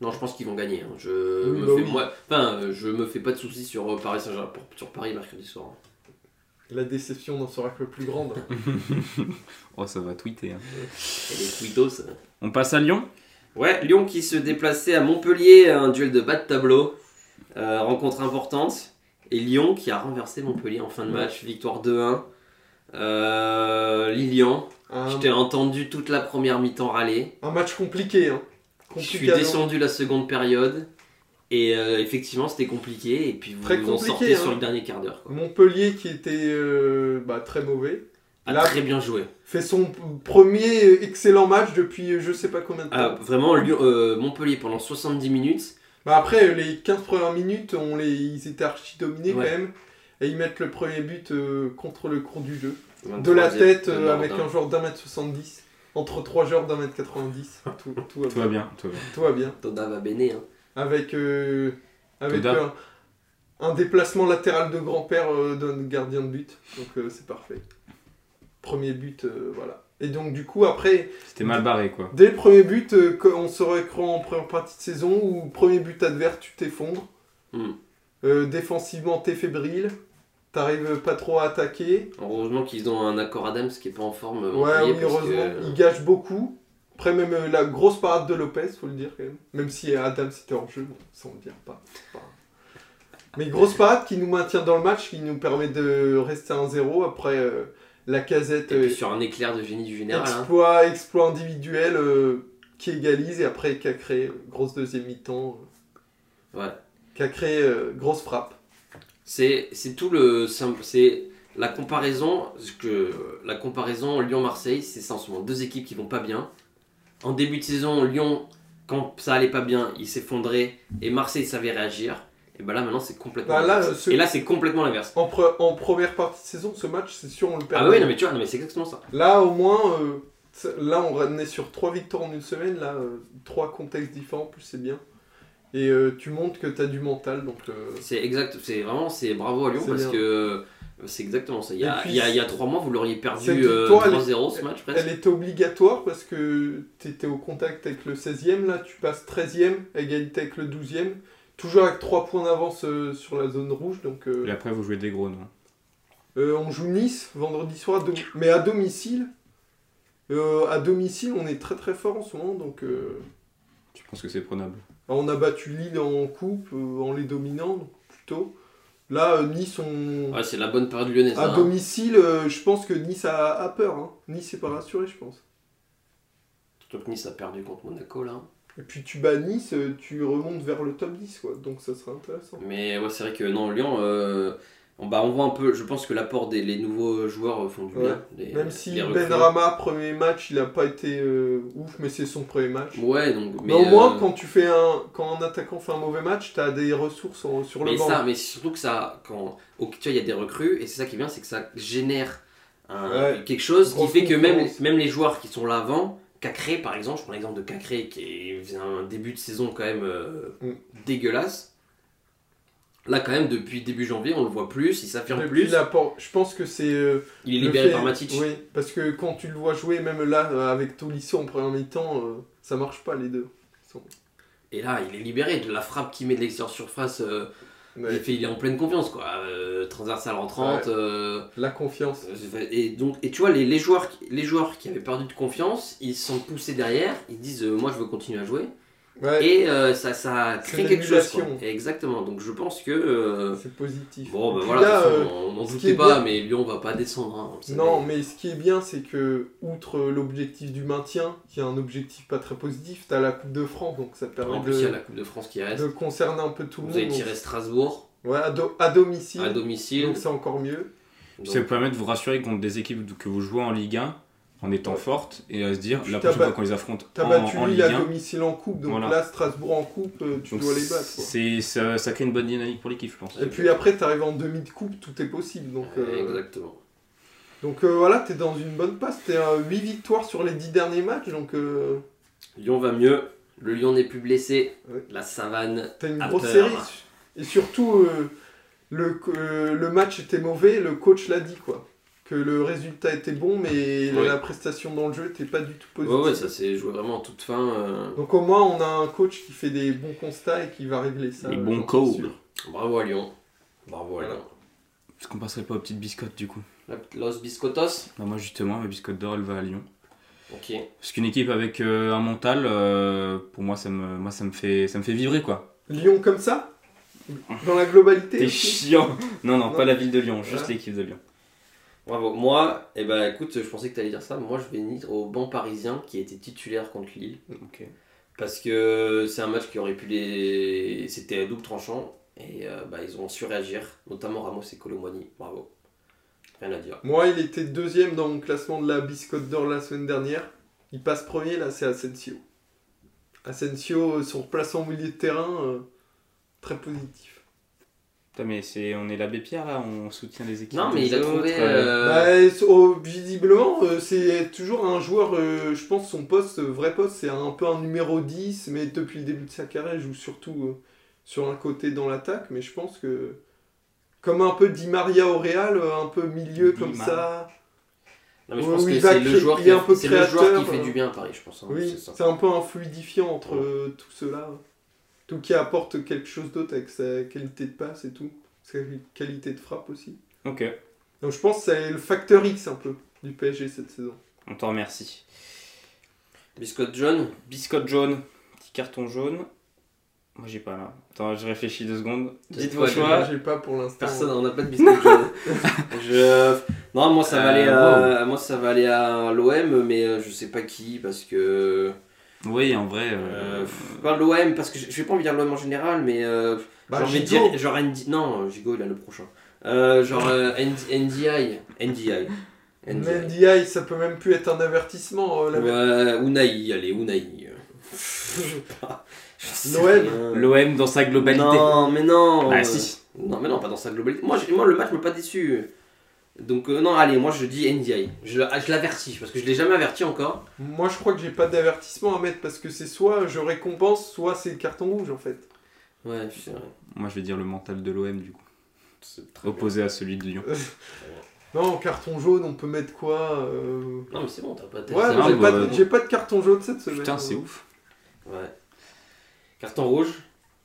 B: Non, je pense qu'ils vont gagner. hein. Je
C: Oui,
B: me
C: bah
B: fais,
C: oui.
B: moi, enfin, euh, je me fais pas de soucis sur euh, Paris Saint-Germain pour- sur Paris mercredi soir. hein.
C: La déception n'en sera que plus grande.
A: Oh, ça va tweeter. hein.
B: Et les Twittos. euh.
A: On passe à Lyon
B: Ouais, Lyon qui se déplaçait à Montpellier, un duel de bas de tableau, euh, rencontre importante. Et Lyon qui a renversé Montpellier en fin de match, victoire 2-1. Euh, Lilian,
C: Un,
B: je t'ai entendu toute la première mi-temps râler.
C: un match compliqué, hein.
B: Je
C: Compliqué
B: suis
C: à-
B: descendu la seconde période. Et euh, effectivement, c'était compliqué. Et puis vous
C: Très
B: vous en
C: compliqué,
B: sortez
C: hein.
B: sur le dernier quart d'heure. quoi.
C: Montpellier, qui était euh, bah, très mauvais,
B: Ah,
C: Là-
B: très bien joué.
C: fait son p- premier excellent match depuis euh, je sais pas combien de temps.
B: Ah, vraiment, Lyon- euh, Montpellier pendant 70 minutes.
C: Bah, après, euh, les 15 premières minutes, on les, ils étaient archi dominés
B: Ouais.
C: quand même. Et ils mettent le premier but euh, contre le cours du jeu. de la
B: 23e
C: tête
B: de
C: euh,
B: Nord,
C: avec
B: hein.
C: un joueur d'un mètre 70, entre trois joueurs d'un mètre 90, tout, tout, va,
A: Tout
C: bien.
A: va bien, tout va bien.
C: tout va bien.
B: Toda va béné. Hein.
C: Avec, euh, avec
A: Toda.
C: un, un déplacement latéral de grand-père euh, d'un gardien de but, donc euh, c'est parfait. Premier but, euh, voilà. Et donc du coup après,
A: C'était mal barré quoi.
C: dès le premier but, euh, quand on serait cru en première partie de saison où premier but adverse, tu t'effondres.
B: Hmm.
C: Euh, défensivement, t'es fébrile. T'arrives pas trop à attaquer.
B: Heureusement qu'ils ont un accord Adams qui est pas en forme. euh,
C: Ouais,
B: Montpellier,
C: oui,
B: parce que-
C: heureusement, il gâche beaucoup. Après, même euh, la grosse parade de Lopez, faut le dire quand même. Même si Adam c'était hors jeu, bon, ça on le dira pas. c'est pas grave. Mais grosse parade qui nous maintient dans le match, qui nous permet de rester à 1-0. Après, euh, la casette, euh,
B: Et puis sur un éclair de génie du général. hein.
C: exploit, exploit individuel euh, qui égalise et après Cacré, euh, grosse deuxième mi-temps. euh,
B: Ouais.
C: Cacré, euh, grosse frappe.
B: C'est c'est tout le simple- c'est la comparaison parce que la comparaison Lyon-Marseille, c'est ça en ce moment, deux équipes qui vont pas bien. En début de saison, Lyon quand ça allait pas bien, il s'effondrait et Marseille savait réagir. Et ben là maintenant c'est complètement
C: Bah, là,
B: l'inverse.
C: euh, ce-
B: Et là c'est complètement l'inverse.
C: En, pre- en première partie de saison, ce match, c'est sûr, on le perd.
B: Ah bah oui, non mais tu vois, non mais c'est exactement ça.
C: Là, au moins, euh, t- là, on revenait sur trois victoires en une semaine, là, euh, trois contextes différents, plus c'est bien. Et euh, tu montres que t'as du mental, donc. euh,
B: C'est exact, c'est vraiment c'est bravo à Lyon
C: C'est
B: parce
C: bien.
B: que euh, c'est exactement ça. Il y, a,
C: Et puis,
B: il, y a, il y a trois mois, vous l'auriez
C: cette
B: perdu euh,
C: victoire, elle est-
B: 3-0 ce match presque.
C: elle était obligatoire parce que t'étais au contact avec le 16e, là, tu passes 13e, à égalité avec le 12e, toujours avec trois points d'avance euh, sur la zone rouge, donc. euh,
A: Et après vous jouez des gros non
C: Euh, on joue Nice vendredi soir, à dom- mais à domicile. Euh, à domicile, on est très très fort en ce moment, donc euh,
A: Je pense que c'est prenable.
C: on a battu Lille en coupe, euh, en les dominant donc, plutôt. Là, euh, Nice, on...
B: Ouais, c'est la bonne période lyonnaise.
C: à
B: là, hein.
C: domicile, euh, je pense que Nice a, a peur. hein. Nice n'est pas rassuré, je pense.
B: Surtout que Nice a perdu contre Monaco là.
C: Et puis tu bats Nice, euh, tu remontes vers le top 10, quoi. donc ça sera intéressant.
B: Mais ouais, c'est vrai que non, Lyon, euh, on, bah, on voit un peu, je pense que l'apport des les nouveaux joueurs euh, font du
C: Ouais.
B: bien. les-
C: Même si
B: les recrues.
C: Ben Rama, premier match, il n'a pas été euh, ouf, mais c'est son premier match.
B: Ouais, donc.
C: Mais, au moins,
B: euh,
C: quand tu fais un, quand un attaquant fait un mauvais match, t'as des ressources en- sur le
B: mais
C: banc.
B: ça, mais surtout que ça, quand. au- tu vois, il y a des recrues, et c'est ça qui est bien, c'est que ça génère un-
C: Ouais.
B: quelque chose qui
C: Grosse
B: fait que même,
C: concurrence.
B: même les joueurs qui sont là avant, Cacré par exemple, je prends l'exemple de Cacré qui est- faisait un début de saison quand même euh,
C: Mm.
B: dégueulasse. Là, quand même, depuis début janvier, on le voit plus, il s'affirme
C: Depuis
B: plus,
C: l'apport- je pense que c'est euh,
B: il est
C: le
B: libéré
C: fait-
B: par Matic.
C: Oui, parce que quand tu le vois jouer, même là euh, avec Tolisso en première mi-temps, euh, ça marche pas les deux.
B: Et là, il est libéré de la frappe qu'il met de l'extérieur surface. euh,
C: Ouais.
B: Il, fait- il est en pleine confiance, quoi. Euh, transversale en 30. euh,
C: La confiance.
B: et, donc, et tu vois, les, les joueurs, qui- les joueurs qui avaient perdu de confiance, ils se sont poussés derrière. Ils disent euh, Moi, je veux continuer à jouer.
C: Ouais,
B: Et euh, ça, ça
C: C'est
B: crée quelque chose. quoi.
C: l'émulation.
B: Exactement. Donc, je pense que. euh,
C: c'est positif.
B: bon,
C: Et
B: bah
C: puis
B: voilà, de
C: là,
B: toute façon,
C: euh,
B: on n'en
C: ce qui
B: doutait
C: est
B: pas,
C: bien-
B: mais Lyon va pas descendre. hein, on le savait.
C: non, mais ce qui est bien, c'est que outre euh, l'objectif du maintien, qui est un objectif pas très positif, t'as la Coupe de France, donc ça te permet
B: En plus, il y a
C: euh, de,
B: la Coupe de France qui reste.
C: de concerner un peu tout le
B: Vous avez
C: monde.
B: tiré Strasbourg
C: Ouais, à, do- à domicile,
B: à domicile.
C: donc c'est encore mieux.
A: Puis ça vous
B: Donc,
A: permet de vous rassurer contre des équipes que vous jouez en Ligue 1 en étant
C: Ouais.
A: forte et à se dire
C: Puis
A: la
C: t'as
A: prochaine
C: ba-
A: fois qu'on les affronte
C: T'as
A: en,
C: battu
A: en
C: Lille
A: Ligue
C: à
A: 1.
C: domicile en coupe, donc
A: Voilà.
C: là Strasbourg en coupe, euh, tu
A: Donc
C: dois les battre. quoi.
A: c'est ça, ça crée une bonne dynamique pour l'équipe, je pense.
C: Et puis après, t'arrives en demi de coupe, tout est possible. Donc,
B: euh,
C: euh,
B: Exactement.
C: donc euh, voilà, t'es dans une bonne passe. T'es à 8 victoires sur les 10 derniers matchs, donc euh,
B: Lyon va mieux. Le Lyon n'est plus blessé.
C: Ouais.
B: La savane.
C: t'as une
B: À
C: grosse
B: peur.
C: série. Et surtout, euh, le, co- euh, le match était mauvais, le coach l'a dit quoi. Que le résultat était bon, mais la-
B: Ouais.
C: la prestation dans le jeu était pas du tout
B: Ouais,
C: positive.
B: ouais, ça s'est joué vraiment en toute fin. euh,
C: Donc au moins, on a un coach qui fait des bons constats et qui va régler ça.
A: Les
C: euh,
A: bons
C: j'en suis
A: calls.
C: sûr.
B: Bravo à Lyon. Bravo à
C: Voilà.
B: Lyon.
A: Est-ce qu'on passerait pas aux petites biscottes du coup
B: La petite Los Biscotos.
A: Bah moi justement, ma biscotte d'or elle va à Lyon.
B: Ok.
A: Parce qu'une équipe avec euh, un mental, euh, pour moi ça me, moi ça me fait, ça me fait vibrer quoi.
C: Lyon comme ça Dans la globalité
A: T'es
C: aussi
A: chiant. Non non,
C: Non.
A: pas la ville de Lyon, juste
C: Voilà.
A: l'équipe de Lyon.
B: Bravo. Moi, eh ben, écoute, je pensais que tu allais dire ça. mais Moi, je vais venir au banc parisien qui était titulaire contre Lille.
A: Ok.
B: Parce que c'est un match qui aurait pu les. C'était à double tranchant. Et euh, bah, ils ont su réagir. Notamment Ramos et Colomboigny. Bravo. Rien à dire.
C: Moi, il était deuxième dans mon classement de la biscotte d'or la semaine dernière. Il passe premier, là, c'est Asensio. Asensio, euh, son remplaçant au milieu de terrain, euh, très positif.
A: Putain, mais c'est, on est l'abbé Pierre là, on soutient les équipes.
B: Non, mais
A: des
B: il a trouvé.
A: autres, euh.
B: euh,
C: Bah, et so- oh, visiblement, euh, c'est toujours un joueur, euh, je pense son poste, euh, vrai poste, c'est un peu un numéro 10, mais depuis le début de sa carrière, il joue surtout euh, sur un côté dans l'attaque, mais je pense que comme un peu Di Maria au Real, euh, un peu milieu
A: Di
C: comme
A: Mar-
C: ça.
B: Non, mais je
C: Oui,
B: pense
C: oui,
B: que
C: il va
B: c'est le
C: créer-
B: joueur
C: il est un
B: qui-
C: peu
B: c'est le joueur qui
C: créateur,
B: fait
C: euh.
B: du bien à Paris, je pense. hein,
C: Oui,
B: c'est ça.
C: c'est un peu un fluidifiant entre
B: Ouais.
C: euh, tout cela. Tout qui apporte quelque chose d'autre avec sa qualité de passe et tout, sa qualité de frappe aussi.
A: Ok,
C: Donc je pense que c'est le facteur X un peu du PSG cette saison.
A: on t'en remercie.
B: Biscotte John,
A: Biscotte jaune, petit carton jaune. Moi j'ai pas là. Attends, je réfléchis deux secondes.
B: T'as
A: Dites
B: quoi,
A: vos
B: déjà
A: choix.
C: J'ai pas pour l'instant. euh,
B: personne, on n'a pas de Biscotte John. je... Non, moi ça va
A: Euh,
B: aller à, moi ça va aller à l'OM, mais euh, je sais pas qui parce que.
A: Oui, en vrai.
B: Euh,
A: euh,
B: pff, pas l'OM parce que je je vais pas envie de dire l'OM en général, mais euh,
C: Bah,
B: j'ai envie de
C: Gigo.
B: dire genre Ndi- non, Gigo il a le prochain. Euh, genre euh, Ndi- NDI, NDI, NDI.
C: NDI, ça peut même plus être un avertissement. euh, la-
B: Ouais, Unai, allez Unai. Je sais
C: L'OM.
B: rien.
A: L'OM dans sa globalité.
B: Non, mais non.
A: Bah
B: euh,
A: si.
B: Non, mais non, pas dans sa globalité. Moi, j'ai- moi le match m'a pas déçu. Donc euh, non, allez, moi je dis NDI. Je, ah, je l'avertis parce que je l'ai jamais averti encore.
C: Moi, je crois que j'ai pas d'avertissement à mettre parce que c'est soit je récompense, soit c'est le carton rouge en fait.
B: Ouais, c'est vrai.
A: Moi je vais dire le mental de l'OM du coup.
B: C'est très bien.
A: Opposé à celui de Lyon.
C: Non, carton jaune, on peut mettre quoi euh,
B: Non, mais c'est bon, t'as pas t'as- euh,
C: Ouais,
B: ça
C: non,
A: va,
C: j'ai
A: bah,
C: pas,
A: bah,
C: de- j'ai pas de carton jaune cette semaine. hein.
A: Putain, c'est ouf.
B: Ouais. Carton rouge,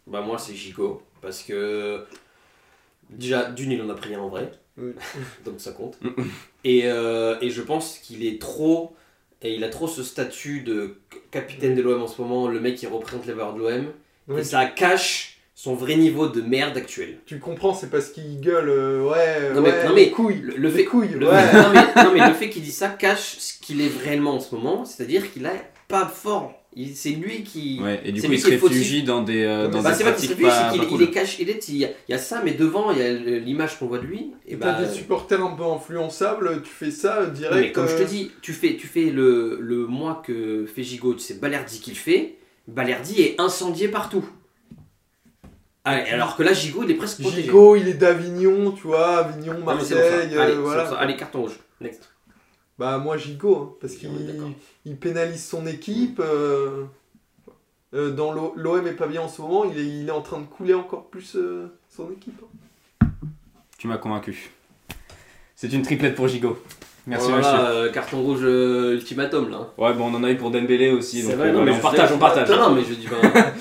B: bah moi c'est Chico. Parce que. Déjà, d'une, il en a pris un en vrai.
C: Oui.
B: donc ça compte. et, euh, et je pense qu'il est trop. Et il a trop ce statut de capitaine de l'OM en ce moment, le mec qui représente les valeurs de l'OM. Et
C: Oui.
B: ça cache son vrai niveau de merde actuel.
C: Tu comprends, c'est parce qu'il gueule. euh, ouais,
B: Non, mais-
C: ouais,
B: non, mais
C: les couilles.
B: le- le
C: les
B: fait-
C: couilles,
B: Le-
C: ouais.
B: non, mais, non, mais le fait qu'il dise ça cache ce qu'il est réellement en ce moment, c'est-à-dire qu'il a pas fort. Il- C'est lui qui.
A: Ouais, et du
B: C'est
A: coup
B: lui
A: il se
B: qui est fautif.
A: réfugie dans des, euh,
C: Non,
A: dans
C: mais
B: Bah,
A: des
B: c'est pas qu'il se
A: pratiques
B: réfugie,
A: pas,
B: c'est qu'il
A: pas
B: il
A: cool.
B: est caché, il est, il y, a, il y a ça, mais devant, il y a le- l'image qu'on voit de lui. Et
C: Et
B: bah,
C: T'as des supporters un peu influençables, tu fais ça
B: non,
C: direct.
B: mais comme je te
C: euh,
B: dis, tu fais, tu fais le, le mois que fait Gigot, c'est Balerdi qui le fait. Balerdi est incendié partout. Ah, et alors que là, Gigot, il est presque protégé.
C: Gigot, il est d'Avignon, tu vois, Avignon,
B: Non, mais c'est pour ça.
C: Marseille, euh,
B: Allez, c'est pour
C: voilà.
B: ça. Allez, carton rouge. Next.
C: Bah moi Gigot, hein, parce qu'il
B: Oui, d'accord.
C: il pénalise son équipe. euh, euh, dans l'O- l'OM est pas bien en ce moment, il est, il est en train de couler encore plus euh, son équipe. hein.
A: Tu m'as convaincu. C'est une triplette pour Gigot. Merci
B: voilà, euh, carton rouge euh, ultimatum là.
A: monsieur. Ouais, bon, on en a eu pour Dembélé aussi.
B: C'est
A: Donc,
B: vrai,
A: euh,
B: non,
A: allez,
B: mais
A: on
B: je
A: partage,
B: sais,
A: on partage.
B: Non, non, mais je dis pas.
C: Ouais.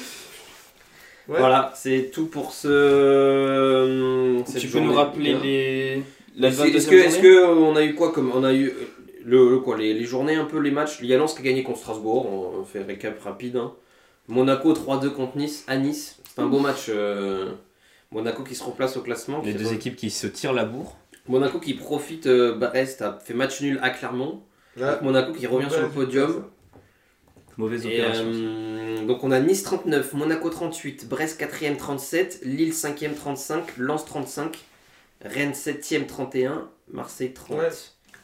B: Voilà, c'est tout pour ce.
A: Tu
B: cette
A: peux nous
B: journée.
A: rappeler les. la
B: Est-ce
A: 22e
B: est-ce que, est-ce
A: journée
B: que on a eu quoi comme on a eu euh, le, le quoi les, les journées un peu les matchs il y a Lens qui a gagné contre Strasbourg on, on fait récap rapide hein. Monaco 3-2 contre Nice à Nice c'est un beau match euh, Monaco qui se remplace au classement qui
A: Les
B: est
A: deux
B: bon.
A: équipes qui se tirent la bourre.
B: Monaco qui profite euh, Brest a fait match nul à Clermont
A: Ah,
C: Là,
B: Monaco qui revient sur le
C: bah,
B: podium
A: Mauvaise
B: Et,
A: opération.
B: euh, donc on a Nice 39 Monaco 38 Brest 4ème 37 Lille 5ème 35 Lens 35 Rennes 7ème 31 Marseille 30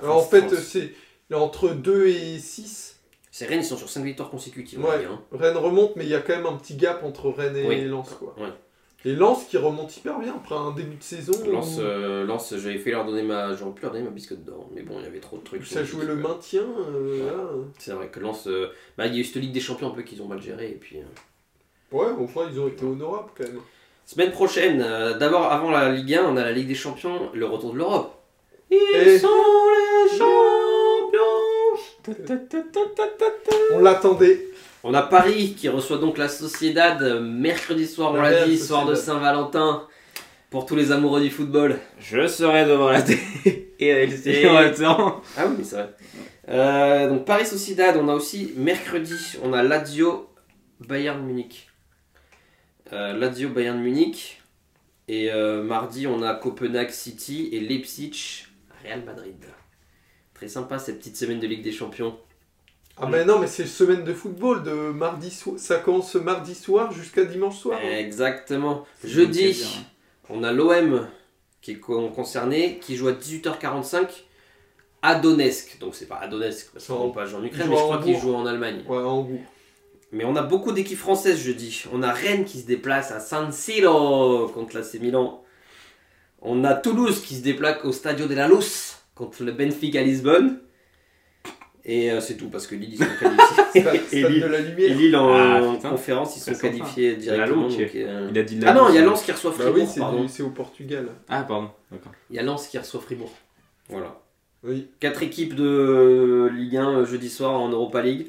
C: Ouais. Alors en fait,
B: France.
C: c'est il est entre 2 et 6.
B: C'est Rennes, ils sont sur 5 victoires consécutives.
C: Ouais.
B: on dit, hein.
C: Rennes remonte, mais il y a quand même un petit gap entre Rennes et
B: Oui.
C: Lens. Quoi.
B: Ouais.
C: Et Lens qui remonte hyper bien après un début de saison.
B: Lance,
C: où
B: euh, Lance, j'avais fait leur donner ma. J'aurais pu leur donner ma biscotte d'or, mais bon, il y avait trop de trucs.
C: ça jouait le maintien. euh,
B: C'est vrai que Lance. Bah, il y a eu cette Ligue des Champions un peu qu'ils ont mal géré. Et puis, euh.
C: là. Ouais, au fond, ils ont été honorables quand même.
B: Semaine prochaine, euh, d'abord avant la Ligue 1, on a la Ligue des Champions, le retour de l'Europe. Ils
C: Et-
B: sont les champions
C: On l'attendait.
B: On a Paris qui reçoit donc la Sociedad euh, mercredi soir, on
C: La
B: l'a
C: Real
B: dit, soir de
C: Sociedad.
B: Saint-Valentin. Pour tous les amoureux du football.
A: Je serai devant la télé et elle
B: Et-
A: en même temps.
B: Ah oui, mais c'est vrai. Euh, donc Paris Sociedad, on a aussi mercredi, on a Lazio Bayern Munich. Euh, Lazio Bayern Munich. Et euh, mardi, on a Copenhague City et Leipzig Real Madrid. Très sympa cette petite semaine de Ligue des Champions.
C: Ah ben non, mais c'est semaine de football de mardi soir. Ça commence ce mardi soir jusqu'à dimanche soir.
B: Eh.
C: hein.
B: Exactement.
A: C'est bien plaisir,
B: Jeudi,
A: hein.
B: on a l'OM qui est con- concerné, qui joue à 18h45 à Donetsk. Donc c'est pas à Donetsk, parce qu'on
C: Non.
B: n'est pas en Ukraine,
C: joue
B: mais je
C: à
B: crois qu'il
C: Hambourg.
B: joue en Allemagne.
C: Ouais, en gros.
B: Mais on a beaucoup d'équipes françaises jeudi. On a Rennes qui se déplace à San Siro contre l'AC Milan. On a Toulouse qui se déplace au Stadio de la Luz contre le Benfica Lisbonne. Et euh, c'est tout, parce que Lille, ils sont qualifiés.
C: Stade,
B: Et
C: stade
B: Lille-
C: de la
B: Et
C: lumière.
B: Lille en
A: Ah, putain.
B: conférence, ils sont
A: C'est sympa.
B: qualifiés directement.
A: Lalo, ok.
B: donc, euh,
A: Il a hein. dit la
B: Ah non, il y a
A: Lille.
B: Lens qui reçoit
C: Bah oui,
B: Fribourg,
C: c'est
B: pardon.
C: du- c'est au Portugal.
A: Ah, pardon. D'accord.
B: Il y a Lens qui reçoit Fribourg. Voilà.
C: Oui.
B: Quatre équipes de euh, Ligue 1 euh, jeudi soir en Europa League.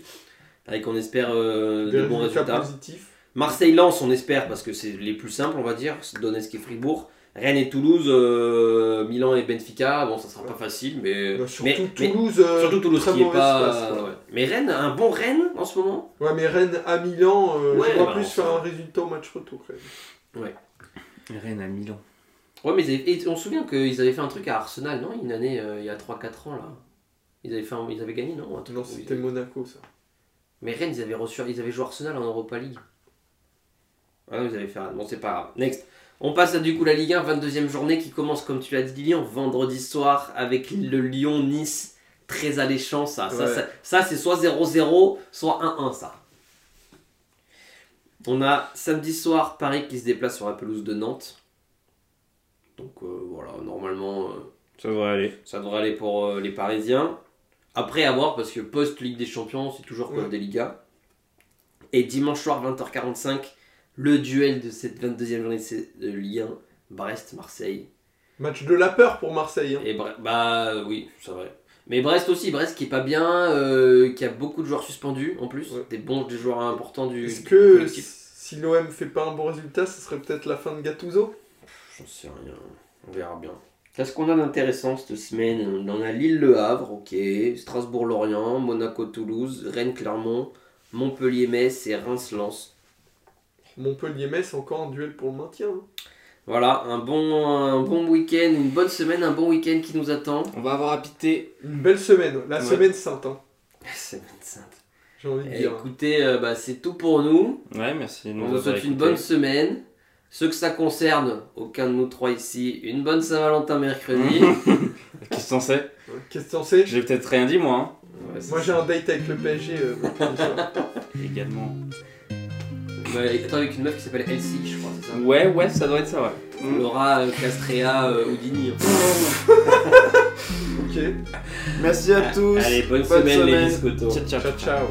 B: Avec, on espère, euh, de
C: Des
B: bons résultats.
C: positifs.
B: Marseille-Lens, on espère, parce que c'est les plus simples, on va dire. Donetsk et Fribourg. Rennes et Toulouse. euh, Milan et Benfica. Bon, ça sera pas facile, mais.
C: Bah, surtout
B: Euh, mais- mais-
C: Toulouse. euh,
B: surtout Toulouse
C: très
B: qui est
C: mauvaise
B: pas.
C: passe, quoi.
B: ouais. Mais Rennes, un bon Rennes en ce moment.
C: Ouais, mais Rennes à Milan, euh,
B: Ouais,
C: je vois
B: bah,
C: plus
B: on
C: faire
B: sait.
C: un résultat au match retour. quand même.
A: Rennes à Milan.
B: Ouais, mais ils avaient- et on se souvient qu'ils avaient fait un truc à Arsenal, non Une année, euh, il y a 3-4 ans, là. Ils avaient, fait un- ils avaient gagné, non Un truc
C: Non,
B: où ils
C: c'était
B: avaient-
C: Monaco ça.
B: Mais Rennes, ils avaient, reçu, ils avaient joué Arsenal en Europa League. Ah non, ils avaient fait un... Bon, c'est pas grave. Next. On passe à du coup la Ligue 1, 22e journée qui commence, comme tu l'as dit, Lilian, vendredi soir avec le Lyon-Nice. Très alléchant, ça. Ça,
C: Ouais.
B: ça, ça, c'est soit 0-0, soit 1-1, ça. On a samedi soir Paris qui se déplace sur la pelouse de Nantes. Donc euh, voilà, normalement, euh,
A: Ça devrait aller.
B: ça devrait aller pour euh, les Parisiens. Après, à voir, parce que post-Ligue des Champions, c'est toujours Copa
C: Ouais.
B: des Ligas. Et dimanche soir, 20h45, le duel de cette 22e journée de sé- de Ligue 1, Brest-Marseille.
C: Match de la peur pour Marseille. hein.
B: Et Bre- bah euh, oui, c'est vrai. Mais Brest aussi, Brest qui est pas bien, euh, qui a beaucoup de joueurs suspendus en plus,
C: Ouais.
B: des bons des joueurs importants du.
C: Est-ce
B: du
C: que
B: collectif.
C: si l'OM fait pas un bon résultat, ce serait peut-être la fin de Gattuso
B: J'en sais rien, on verra bien. Qu'est-ce qu'on a d'intéressant cette semaine On a Lille-Le Havre, ok, Strasbourg-Lorient, Monaco-Toulouse, Rennes-Clermont, Montpellier-Metz et Reims-Lens.
C: Montpellier-Metz, encore un duel pour le maintien. hein.
B: Voilà, un bon, un bon week-end, une bonne semaine, un bon week-end qui nous attend.
A: On va avoir à piter.
C: Une belle semaine, la
A: Ouais.
C: semaine sainte, hein,
B: Semaine sainte.
C: j'ai envie de
B: Eh,
C: dire. hein.
B: Écoutez, euh, bah, c'est tout pour nous.
A: Ouais, merci. de nous
B: On vous
A: avoir
B: souhaite une
A: écoutés.
B: bonne semaine. Ceux que ça concerne, aucun de nous trois ici, une bonne Saint-Valentin mercredi.
A: Qu'est-ce que t'en sais
C: Ouais. Qu'est-ce que t'en sais
A: J'ai peut-être rien dit, moi.
B: Ouais, c'est
C: Moi j'ai un date avec le PSG. euh, mercredi soir.
A: hein. Également.
B: Bah, écoute, avec une meuf qui s'appelle Elsie, je crois, c'est ça
A: Ouais, ouais, ça doit être ça, ouais.
B: Laura euh, Castrea euh, Houdini.
C: ok,
A: Merci à tous.
B: Allez, bonne,
A: Bonne
B: semaine,
A: semaine.
B: les biscottos.
A: Ciao, ciao.
C: ciao ciao.